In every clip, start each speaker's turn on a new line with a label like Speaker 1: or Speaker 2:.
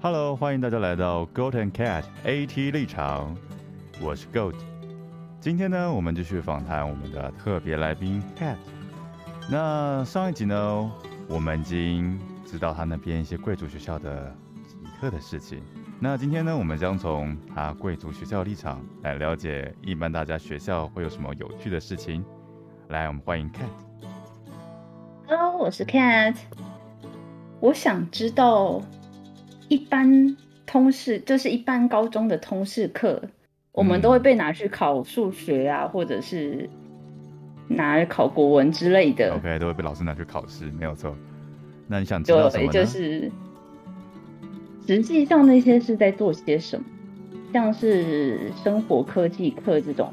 Speaker 1: Hello，欢迎大家来到 Goat and Cat AT 立场，我是 Goat。今天呢，我们继续访谈我们的特别来宾 Cat。那上一集呢，我们已经知道他那边一些贵族学校的奇特的事情。那今天呢，我们将从他贵族学校的立场来了解一般大家学校会有什么有趣的事情。来，我们欢迎 Cat。
Speaker 2: Hello，我是 Cat。我想知道，一般通识就是一般高中的通识课，
Speaker 1: 嗯
Speaker 2: 我们都会被拿去考数学啊，或者是拿来考国文之类的。
Speaker 1: OK，都会被老师拿去考试，没有错。那你想知道什么
Speaker 2: 对，
Speaker 1: 呢？
Speaker 2: 就是实际上那些是在做些什么，像是生活科技课这种，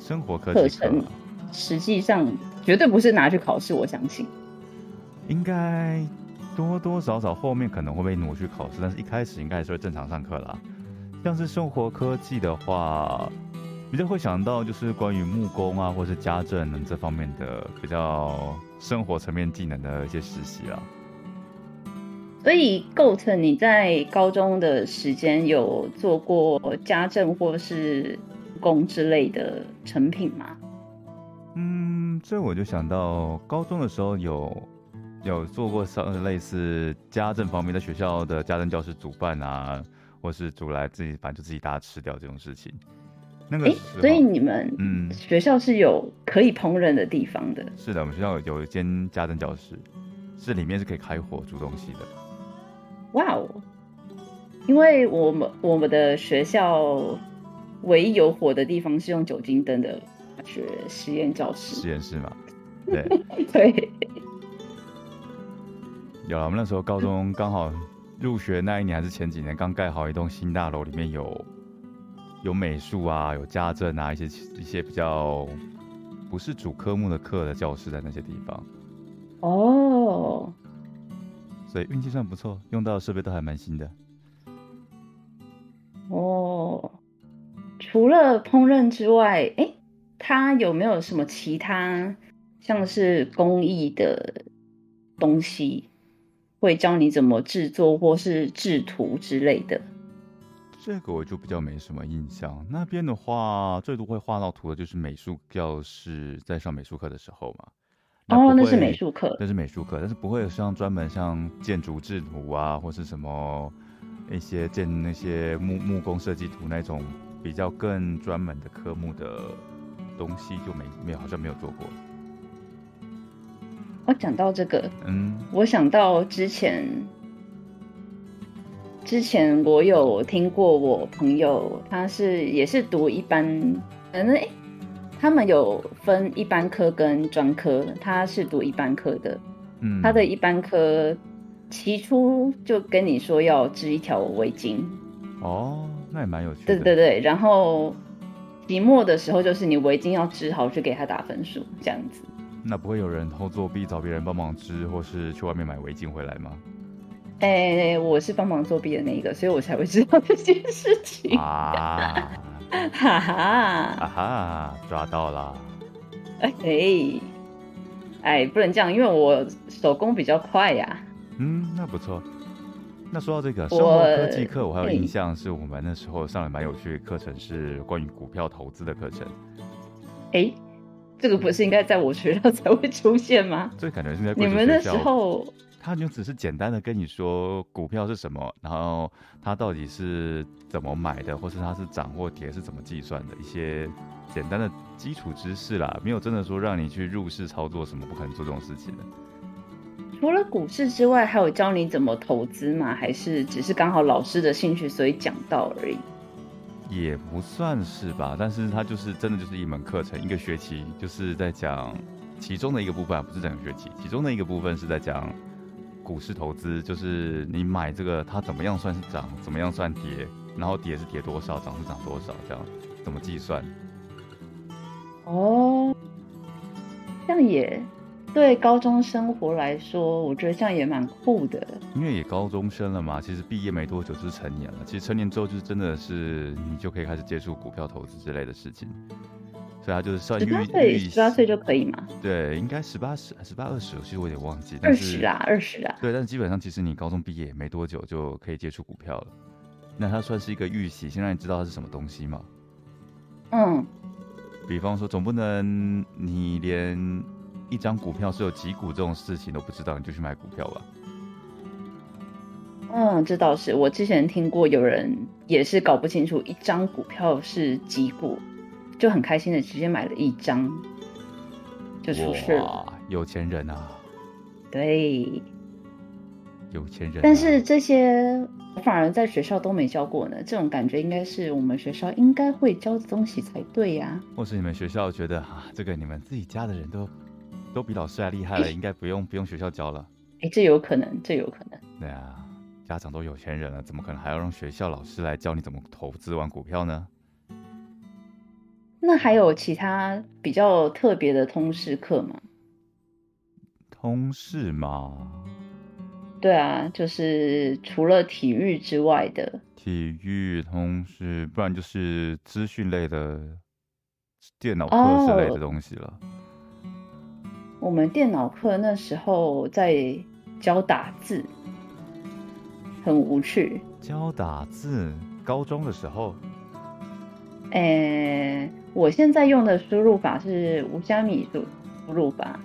Speaker 1: 生活科
Speaker 2: 课
Speaker 1: 技课啊
Speaker 2: 程实际上绝对不是拿去考试，我相信。
Speaker 1: 应该多多少少后面可能会被挪去考试，但是一开始应该还是会正常上课啦。像是生活科技的话，比较会想到就是关于木工啊，或是家政这方面的比较生活层面技能的一些实习啊啦。
Speaker 2: 所以，Goat，你在高中的时间有做过家政或是工之类的成品吗？
Speaker 1: 嗯，这我就想到高中的时候有有做过像类似家政方面，在学校的家政教室煮饭啊，或是煮来自己反正就自己大家吃掉这种事情。那个
Speaker 2: 诶，
Speaker 1: 时候，
Speaker 2: 所以你们
Speaker 1: 嗯，
Speaker 2: 学校是有可以烹饪的地方的。
Speaker 1: 是的，我们学校有有一间家政教室，是里面是可以开火煮东西的。
Speaker 2: 哇哦！因为我们我们的学校唯一有火的地方是用酒精灯的大学实验教
Speaker 1: 实
Speaker 2: 室。
Speaker 1: 验室嘛。对，
Speaker 2: 对，
Speaker 1: 有了。我们那时候高中刚好入学那一年还是前几年，刚盖好一栋新大楼，里面有有美术啊，有家政啊，一些一些比较不是主科目的课的教室在那些地方，
Speaker 2: 哦，
Speaker 1: 所以运气算不错，用到的设备都还蛮新的。
Speaker 2: 哦，除了烹饪之外，诶，它有没有什么其他像是工艺的东西，会教你怎么制作或是制图之类的？
Speaker 1: 这个我就比较没什么印象。那边的话，最多会画到图的就是美术教室，在上美术课的时候嘛。啊
Speaker 2: 哦，
Speaker 1: 不
Speaker 2: 那是
Speaker 1: 会
Speaker 2: 美术课。
Speaker 1: 那是美术课，但是不会有像专门像建筑制图啊，或是什么一些建那些木木工设计图那种比较更专门的科目的东西就没没有好像没有做过。
Speaker 2: 哦，讲到这个，
Speaker 1: 嗯，
Speaker 2: 我想到之前，之前我有听过我朋友，他是也是读一般，反正诶他们有分一般科跟专科，他是读一般科的，
Speaker 1: 嗯
Speaker 2: 他的一般科起初就跟你说要织一条围巾，
Speaker 1: 哦，那也蛮有趣的。
Speaker 2: 对对对，然后期末的时候就是你围巾要织好去给他打分数，这样子。
Speaker 1: 那不会有人偷作弊找别人帮忙织，或是去外面买围巾回来 吗？
Speaker 2: 哎、我是帮忙作弊的那一个，所以我才会知道这件事情。
Speaker 1: 啊
Speaker 2: 哈哈，
Speaker 1: 啊哈，抓到啦！
Speaker 2: 哎、哎，不能这样，因为我手工比较快呀、
Speaker 1: 嗯，那不错。那说到这个
Speaker 2: 我
Speaker 1: 生活科技课，我还有
Speaker 2: 嗯
Speaker 1: 印象是我们那时候上了蛮有趣的课程，是关于股票投资的课程。
Speaker 2: 哎、这个不是应该在我学校才会出现吗？
Speaker 1: 这感觉是在贵
Speaker 2: 你
Speaker 1: 族
Speaker 2: 们那
Speaker 1: 学
Speaker 2: 时
Speaker 1: 校，
Speaker 2: 候
Speaker 1: 他就只是简单的跟你说股票是什么，然后它到底是怎么买的，或是它是涨或跌是怎么计算的一些简单的基础知识啦，没有真的说让你去入市操作什么，不可能做这种事情的。
Speaker 2: 除了股市之外，还有教你怎么投资吗？还是只是刚好老师的兴趣所以讲到而已？
Speaker 1: 也不算是吧，但是它就是真的就是一门课程，一个学期就是在讲其中的一个部分啊，不是整个学期，其中的一个部分是在讲股市投资，就是你买这个它怎么样算是涨，怎么样算跌，然后跌是跌多少，涨是涨多少，这样怎么计算？
Speaker 2: 哦，这样也对高中生活来说，我觉得这样也蛮酷的。
Speaker 1: 因为也高中生了嘛，其实毕业没多久就是成年了，其实成年之后就是真的是你就可以开始接触股票投资之类的事情，所以对啊，就是算
Speaker 2: 十
Speaker 1: 预
Speaker 2: 八岁，
Speaker 1: 预
Speaker 2: 十八岁就可以吗？
Speaker 1: 对，应该十八十十八二十，其实我有点忘记。但
Speaker 2: 二
Speaker 1: 是
Speaker 2: 十啊，二十啊，
Speaker 1: 对，但是基本上其实你高中毕业也没多久就可以接触股票了。那它算是一个预习，先让你知道它是什么东西嘛。
Speaker 2: 嗯，
Speaker 1: 比方说，总不能你连一张股票是有几股这种事情都不知道，你就去买股票吧？
Speaker 2: 嗯，这倒是。我之前听过有人也是搞不清楚一张股票是几股，就很开心的直接买了一张，就出事了。
Speaker 1: 哇，有钱人啊，
Speaker 2: 对，
Speaker 1: 有钱人啊、
Speaker 2: 但是这些我反而在学校都没教过呢，这种感觉应该是我们学校应该会教的东西才对呀、
Speaker 1: 或是你们学校觉得啊，这个你们自己家的人都都比老师还厉害了，应该不用不用学校教了。
Speaker 2: 诶，这有可能，这有可能。
Speaker 1: 对啊，家长都有钱人了，怎么可能还要让学校老师来教你怎么投资玩股票呢？
Speaker 2: 那还有其他比较特别的通识课吗？
Speaker 1: 通识嘛，
Speaker 2: 对啊，就是除了体育之外的，
Speaker 1: 体育通识，不然就是资讯类的电脑课
Speaker 2: 哦
Speaker 1: 之类的东西了。
Speaker 2: 我们电脑课那时候在教打字，很无趣。
Speaker 1: 教打字，高中的时候，
Speaker 2: 诶，我现在用的输入法是无虾米输输入法，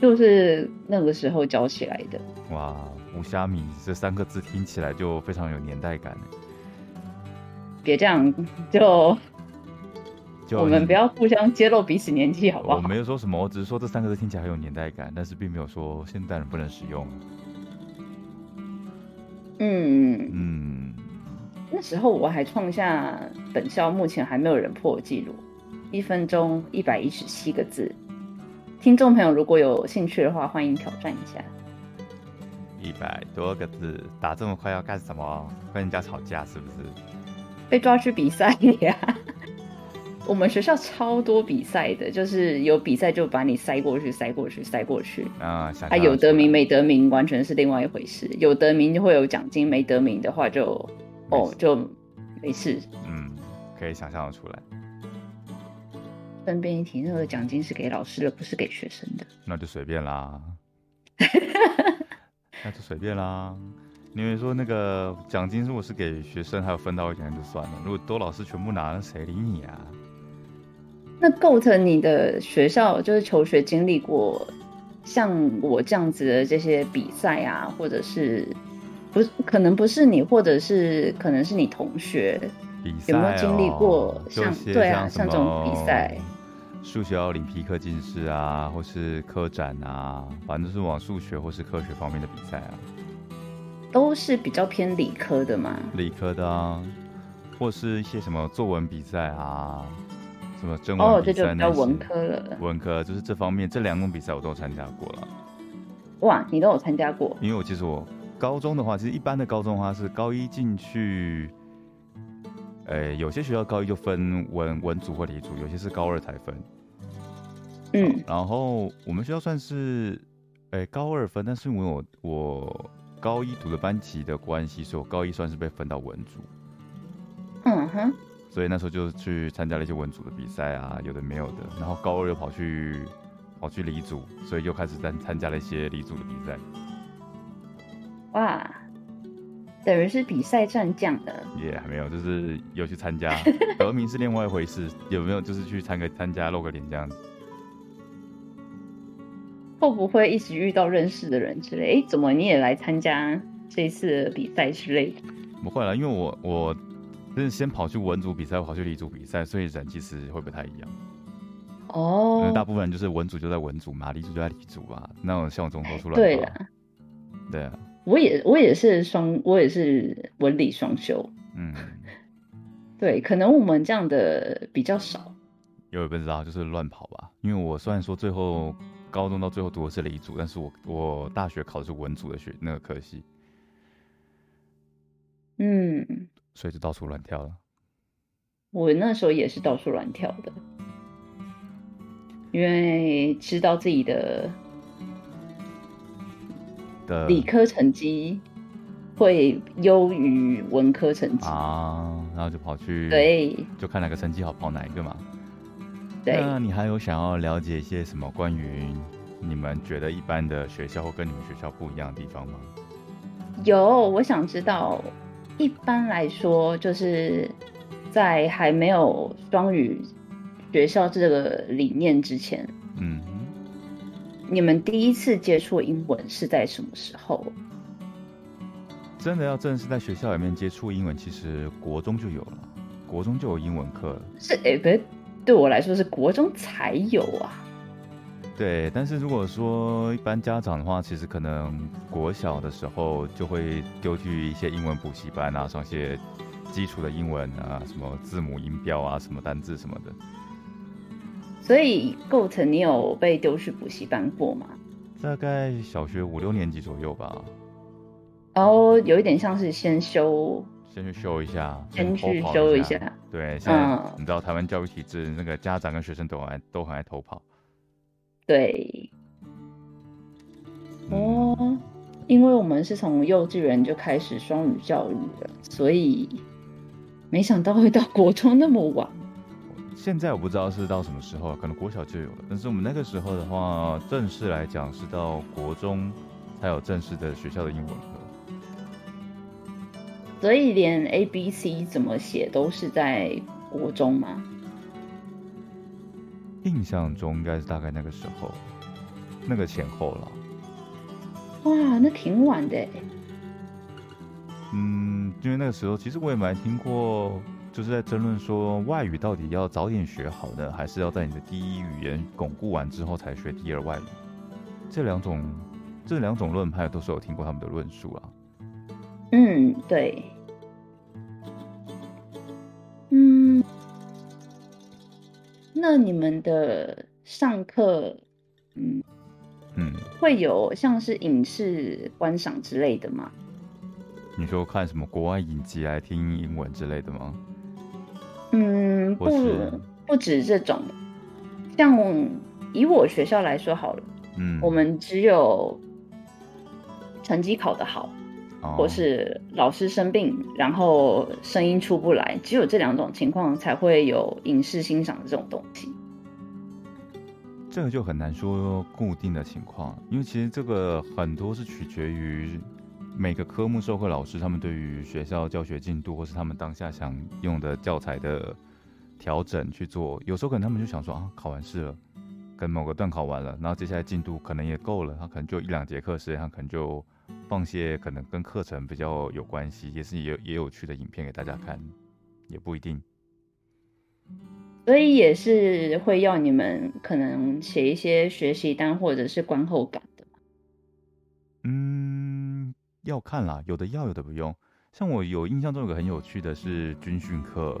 Speaker 2: 就是那个时候教起来的。
Speaker 1: 哇，无虾米这三个字听起来就非常有年代感。
Speaker 2: 别这样，就
Speaker 1: 就
Speaker 2: 我们
Speaker 1: 你
Speaker 2: 不要互相揭露彼此年纪，好不
Speaker 1: 我
Speaker 2: 好？
Speaker 1: 没有说什么，我只是说这三个字听起来很有年代感，但是并没有说现代人不能使用。
Speaker 2: 嗯，
Speaker 1: 嗯，
Speaker 2: 那时候我还创下本校目前还没有人破的记录，一分钟一百一十七个字。听众朋友如果有兴趣的话，欢迎挑战一下。
Speaker 1: 一百多个字，打这么快要干什么？跟人家吵架是不是？
Speaker 2: 被抓去比赛呀、 我们学校超多比赛的，就是有比赛就把你塞过去，塞过去，塞过去。
Speaker 1: 啊，想
Speaker 2: 啊，
Speaker 1: 象出来
Speaker 2: 有得名没得名完全是另外一回事。有得名就会有奖金，没得名的话就
Speaker 1: 没
Speaker 2: 哦
Speaker 1: 事
Speaker 2: 就没事。
Speaker 1: 嗯，可以想象得出来。
Speaker 2: 顺便一提，那个奖金是给老师的，不是给学生的。
Speaker 1: 那就随便 啦，那就随便啦。因为说那个奖金如果是给学生，还有分到一点就算了。如果都老师全部拿，那谁理你啊？
Speaker 2: 那 Goat，你的学校就是求学经历过像我这样子的这些比赛啊，或者是不是可能不是你，或者是可能是你同学，
Speaker 1: 比赛、
Speaker 2: 有
Speaker 1: 哦、
Speaker 2: 没有经历过
Speaker 1: 就
Speaker 2: 像
Speaker 1: 些
Speaker 2: 对啊
Speaker 1: 像什
Speaker 2: 像这种比
Speaker 1: 么
Speaker 2: 赛
Speaker 1: 数学奥林匹克竞赛啊，或是科展啊，反正都是往数学或是科学方面的比赛啊，
Speaker 2: 都是比较偏理科的嘛？
Speaker 1: 理科的啊，或是一些什么作文比赛啊，什么征
Speaker 2: 哦
Speaker 1: 文，比
Speaker 2: 这就
Speaker 1: 赛嗯
Speaker 2: 比
Speaker 1: 那
Speaker 2: 较
Speaker 1: 些。
Speaker 2: 文科了。
Speaker 1: 文科就是这方面这两种比赛我都有参加过了，
Speaker 2: 哇，你都有参加过？
Speaker 1: 因为我其实我高中的话，其实一般的高中的话是高一进去，呃，有些学校高一就分文文组或理组，有些是高二才分。
Speaker 2: 嗯，
Speaker 1: 然后我们学校算是，诶、高二分，但是因为我我高一读的班级的关系，所以我高一算是被分到文组，
Speaker 2: 嗯哼，
Speaker 1: 所以那时候就去参加了一些文组的比赛啊，有的没有的。然后高二又跑去跑去理组，所以又开始参参加了一些理组的比赛，
Speaker 2: 哇，等于是比赛战将的。
Speaker 1: 也、还没有，就是有去参 加，得名是另外一回事，有没有就是去参个参加露个脸这样子。
Speaker 2: 会不会一直遇到认识的人之类？哎，怎么你也来参加这次的比赛之类的？
Speaker 1: 不会了，因为我我是先跑去文组比赛，跑去理组比赛，所以人其实会不太一样。因呃为大
Speaker 2: 哦，
Speaker 1: 部分人就是文组就在文组嘛，理组就在理组啊，那种像我这种到处乱
Speaker 2: 对啊
Speaker 1: 跑
Speaker 2: 了，
Speaker 1: 对啊，
Speaker 2: 我也我也是双，我也是文理双修。
Speaker 1: 嗯，
Speaker 2: 对，可能我们这样的比较少。
Speaker 1: 因为不知道啊就是乱跑吧。因为我虽然说最后高中到最后读的是理组，但是我我大学考的是文组的学那个科系，
Speaker 2: 嗯，
Speaker 1: 所以就到处乱跳了。
Speaker 2: 我那时候也是到处乱跳的，因为知道自己的
Speaker 1: 的
Speaker 2: 理科成绩会优于文科成绩。
Speaker 1: 啊，然后就跑去，
Speaker 2: 对，
Speaker 1: 就看哪个成绩好跑哪一个嘛。
Speaker 2: 对，
Speaker 1: 那你还有想要了解一些什么关于你们觉得一般的学校或跟你们学校不一样的地方吗？
Speaker 2: 有，我想知道，一般来说，就是在还没有双语学校这个理念之前，
Speaker 1: 嗯
Speaker 2: 你们第一次接触英文是在什么时候？
Speaker 1: 哼，真的要正式在学校里面接触英文，其实国中就有了，国中就有英文课了。
Speaker 2: 是诶，不是，对我来说是国中才有啊。
Speaker 1: 对，但是如果说一般家长的话，其实可能国小的时候就会丢去一些英文补习班啊，上些基础的英文啊，什么字母音标啊，什么单字什么的。
Speaker 2: 所以，Goat，你有被丢去补习班过吗？
Speaker 1: 大概小学五六年级左右吧，
Speaker 2: 然后哦有一点像是先修，
Speaker 1: 先去修一下，
Speaker 2: 先去
Speaker 1: 偷跑
Speaker 2: 修一
Speaker 1: 一
Speaker 2: 下。。
Speaker 1: 对，现在
Speaker 2: 嗯
Speaker 1: 你知道台湾教育体制，那个家长跟学生都很爱都很爱偷跑。
Speaker 2: 对，
Speaker 1: 嗯，
Speaker 2: 哦，因为我们是从幼稚园就开始双语教育了，所以没想到会到国中那么晚。
Speaker 1: 现在我不知道是到什么时候，可能国小就有了。但是我们那个时候的话，正式来讲是到国中才有正式的学校的英文课。
Speaker 2: 所以连 A B C 怎么写都是在国中吗？
Speaker 1: 印象中应该是大概那个时候，那个前后了。
Speaker 2: 哇，那挺晚的欸。
Speaker 1: 嗯，因为那个时候其实我也蛮听过，就是在争论说外语到底要早点学好呢，还是要在你的第一语言巩固完之后才学第二外语？这两种这两种论派都是有听过他们的论述啊。
Speaker 2: 嗯，对。嗯，那你们的上课
Speaker 1: 嗯，
Speaker 2: 会有像是影视观赏之类的吗？
Speaker 1: 你说看什么国外影集来听英文之类的吗？
Speaker 2: 嗯，
Speaker 1: 或
Speaker 2: 不
Speaker 1: 是
Speaker 2: 不止这种，像以我学校来说好了，
Speaker 1: 嗯，
Speaker 2: 我们只有成绩考得好，
Speaker 1: 哦
Speaker 2: 或是老师生病，然后声音出不来，只有这两种情况才会有影视欣赏这种东西。
Speaker 1: 这个就很难说固定的情况，因为其实这个很多是取决于每个科目授课老师他们对于学校教学进度，或是他们当下想用的教材的调整去做。有时候可能他们就想说啊，考完试了，跟某个段考完了，然后接下来进度可能也够了，他可能就一两节课时间，他可能就放些可能跟课程比较有关系，也是也有也有趣的影片给大家看，也不一定。
Speaker 2: 所以也是会要你们可能写一些学习单或者是观后感的。
Speaker 1: 嗯，要看啦，有的要，有的不用。像我有印象中有个很有趣的是军训课，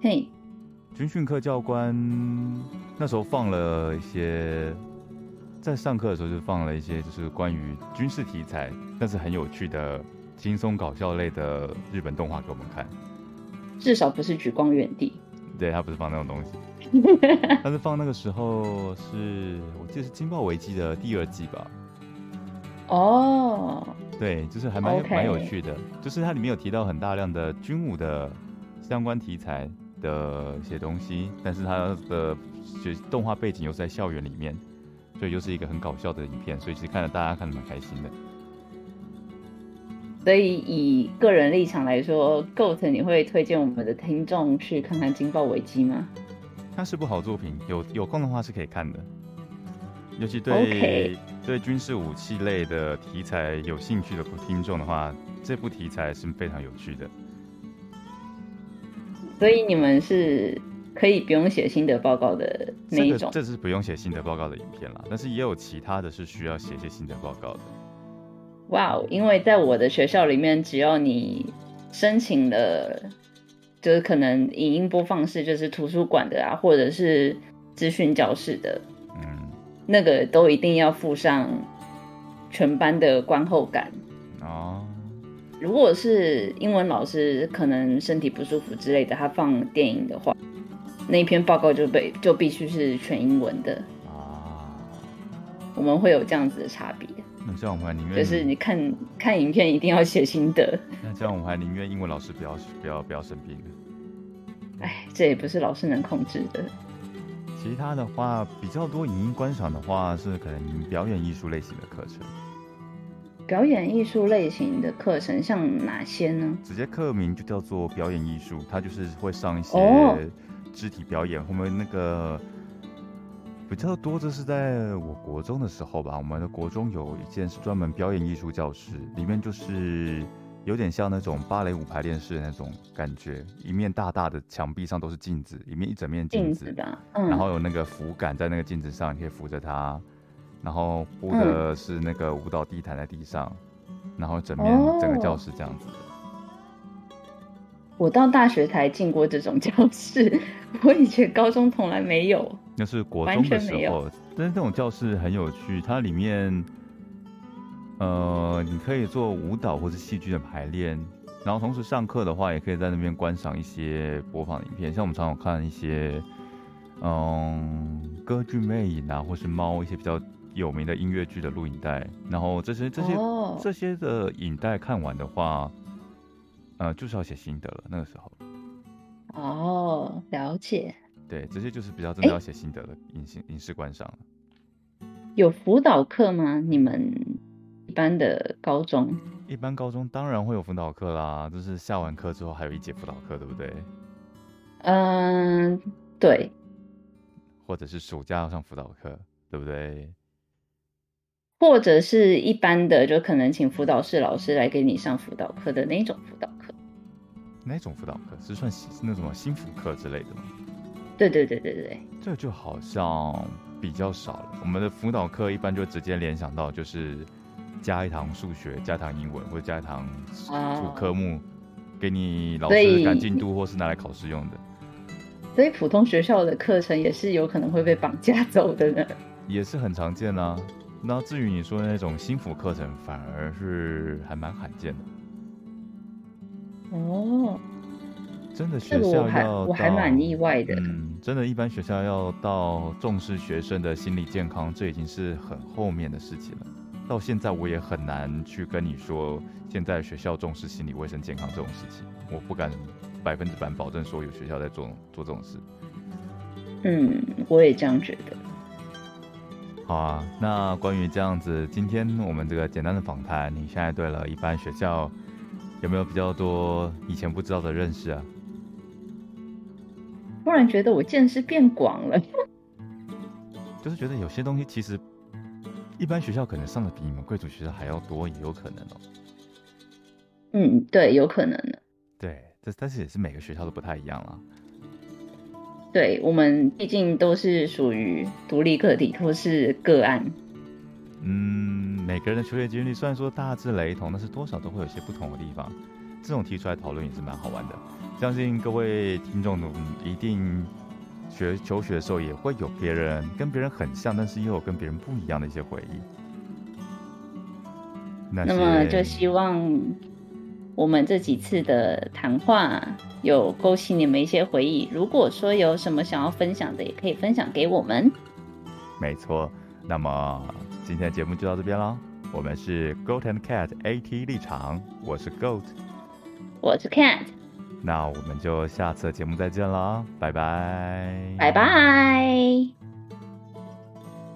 Speaker 2: 嘿，
Speaker 1: 军训课教官那时候放了一些，在上课的时候就放了一些就是关于军事题材，但是很有趣的、轻松搞笑类的日本动画给我们看。
Speaker 2: 至少不是举光远地。
Speaker 1: 对他不是放那种东西，他是放那个时候是我记得是《惊爆危机》的第二季吧，
Speaker 2: 哦，
Speaker 1: 对，就是还蛮有
Speaker 2: OK
Speaker 1: 蛮有趣的，就是它里面有提到很大量的军武的相关题材的一些东西，但是它的学动画背景又是在校园里面，所以又是一个很搞笑的影片，所以其实看了大家看的蛮开心的。
Speaker 2: 所以以个人立场来说，Goat 你会推荐我们的听众去看看《惊爆危机》吗？
Speaker 1: 它是部好作品，有有空的话是可以看的，尤其对
Speaker 2: OK
Speaker 1: 对军事武器类的题材有兴趣的听众的话，这部题材是非常有趣的。
Speaker 2: 所以你们是可以不用写心得报告的那
Speaker 1: 这
Speaker 2: 一
Speaker 1: 个
Speaker 2: 种。
Speaker 1: 这是不用写心得报告的影片啦，但是也有其他的是需要写一些心得报告的。
Speaker 2: 哇哦！因为在我的学校里面，只要你申请了，就是可能影音播放室，就是图书馆的啊，或者是资讯教室的
Speaker 1: 嗯，
Speaker 2: 那个，都一定要附上全班的观后感。
Speaker 1: 哦，
Speaker 2: 如果是英文老师可能身体不舒服之类的，他放电影的话，那一篇报告就被就必须是全英文的。
Speaker 1: 啊，
Speaker 2: 我们会有这样子的差别，
Speaker 1: 那这样我们还宁愿
Speaker 2: 就是你看看影片一定要写心得。
Speaker 1: 那这样我们还宁愿英文老师不要不要不要生病了。
Speaker 2: 哎，这也不是老师能控制的。
Speaker 1: 其他的话比较多影音观赏的话是可能表演艺术类型的课程，
Speaker 2: 表演艺术类型的课程像哪些呢？
Speaker 1: 直接课名就叫做表演艺术，它就是会上一
Speaker 2: 哦
Speaker 1: 些肢体表演。我们那个比较多的是在我国中的时候吧，我们的国中有一件是专门表演艺术教室，里面就是有点像那种芭蕾舞排练室的那种感觉，一面大大的墙壁上都是镜子，里面一整面
Speaker 2: 镜
Speaker 1: 镜子
Speaker 2: 子，吧，嗯，
Speaker 1: 然后有那个扶杆在那个镜子上，你可以扶着它，然后铺的是那个舞蹈地毯在地上，然后整面、整个教室这样子。
Speaker 2: 我到大学才进过这种教室，我以前高中从来没有。
Speaker 1: 那是国
Speaker 2: 完
Speaker 1: 中的
Speaker 2: 全
Speaker 1: 时
Speaker 2: 没
Speaker 1: 候
Speaker 2: 有，
Speaker 1: 但是这种教室很有趣，它里面，呃，你可以做舞蹈或是戏剧的排练，然后同时上课的话，也可以在那边观赏一些播放的影片，像我们常常看一些，嗯，歌剧魅影啊，或是猫一些比较有名的音乐剧的录影带，然后这些这些、
Speaker 2: 哦
Speaker 1: 这些的影带看完的话，呃，就是要写心得了，那个时候，
Speaker 2: 哦，了解。
Speaker 1: 对，这些就是比较真的
Speaker 2: 哎
Speaker 1: 要写心得的影视影视观赏了。
Speaker 2: 有辅导课吗？你们一般的高中？
Speaker 1: 一般高中当然会有辅导课啦，就是下完课之后还有一节辅导课，对不对？
Speaker 2: 嗯，对，
Speaker 1: 或者是暑假要上辅导课，对不对？
Speaker 2: 或者是一般的，就可能请辅导室老师来给你上辅导课的那种辅导课。
Speaker 1: 那种辅导课是算是那种什么心辅课之类的吗？
Speaker 2: 对对对对对，
Speaker 1: 这就好像比较少了。我们的辅导课一般就直接联想到就是加一堂数学、加一堂英文或者加一堂主
Speaker 2: 哦
Speaker 1: 科目，给你老
Speaker 2: 所
Speaker 1: 师
Speaker 2: 以
Speaker 1: 赶进度或是拿来考试用的。
Speaker 2: 所以普通学校的课程也是有可能会被绑架走的呢。
Speaker 1: 也是很常见啦、啊那至于你说的那种心辅课程，反而是还蛮罕见的。
Speaker 2: 哦，
Speaker 1: 真的学
Speaker 2: 这个我
Speaker 1: 校
Speaker 2: 还
Speaker 1: 要
Speaker 2: 我还
Speaker 1: 到
Speaker 2: 蛮意外的。
Speaker 1: 嗯，真的，一般学校要到重视学生的心理健康，这已经是很后面的事情了。到现在我也很难去跟你说，现在学校重视心理卫生健康这种事情，我不敢百分之百保证说有学校在做做这种事。
Speaker 2: 嗯，我也这样觉得。
Speaker 1: 好啊，那关于这样子，今天我们这个简单的访谈，你现在对了一般学校有没有比较多以前不知道的认识啊？
Speaker 2: 突然觉得我见识变广了。
Speaker 1: 就是觉得有些东西其实一般学校可能上的比你们贵族学校还要多，也有可能哦。
Speaker 2: 嗯，对，有可能的。
Speaker 1: 对，这但是也是每个学校都不太一样啦。
Speaker 2: 对我们毕竟都是属于独立个体或是个案。
Speaker 1: 嗯，每个人的求学经历虽然说大致雷同，但是多少都会有些不同的地方。这种提出来讨论也是蛮好玩的。相信各位听众嗯一定学求学的时候也会有别人跟别人很像，但是又有跟别人不一样的一些回忆。那
Speaker 2: 那么
Speaker 1: 些
Speaker 2: 就希望我们这几次的谈话有勾起你们一些回忆。如果说有什么想要分享的，也可以分享给我们。
Speaker 1: 没错，那么今天的节目就到这边了。我们是 Goat and Cat AT 立场，我是 Goat，
Speaker 2: 我是 Cat，
Speaker 1: 那我们就下次的节目再见啦，拜拜，
Speaker 2: 拜拜。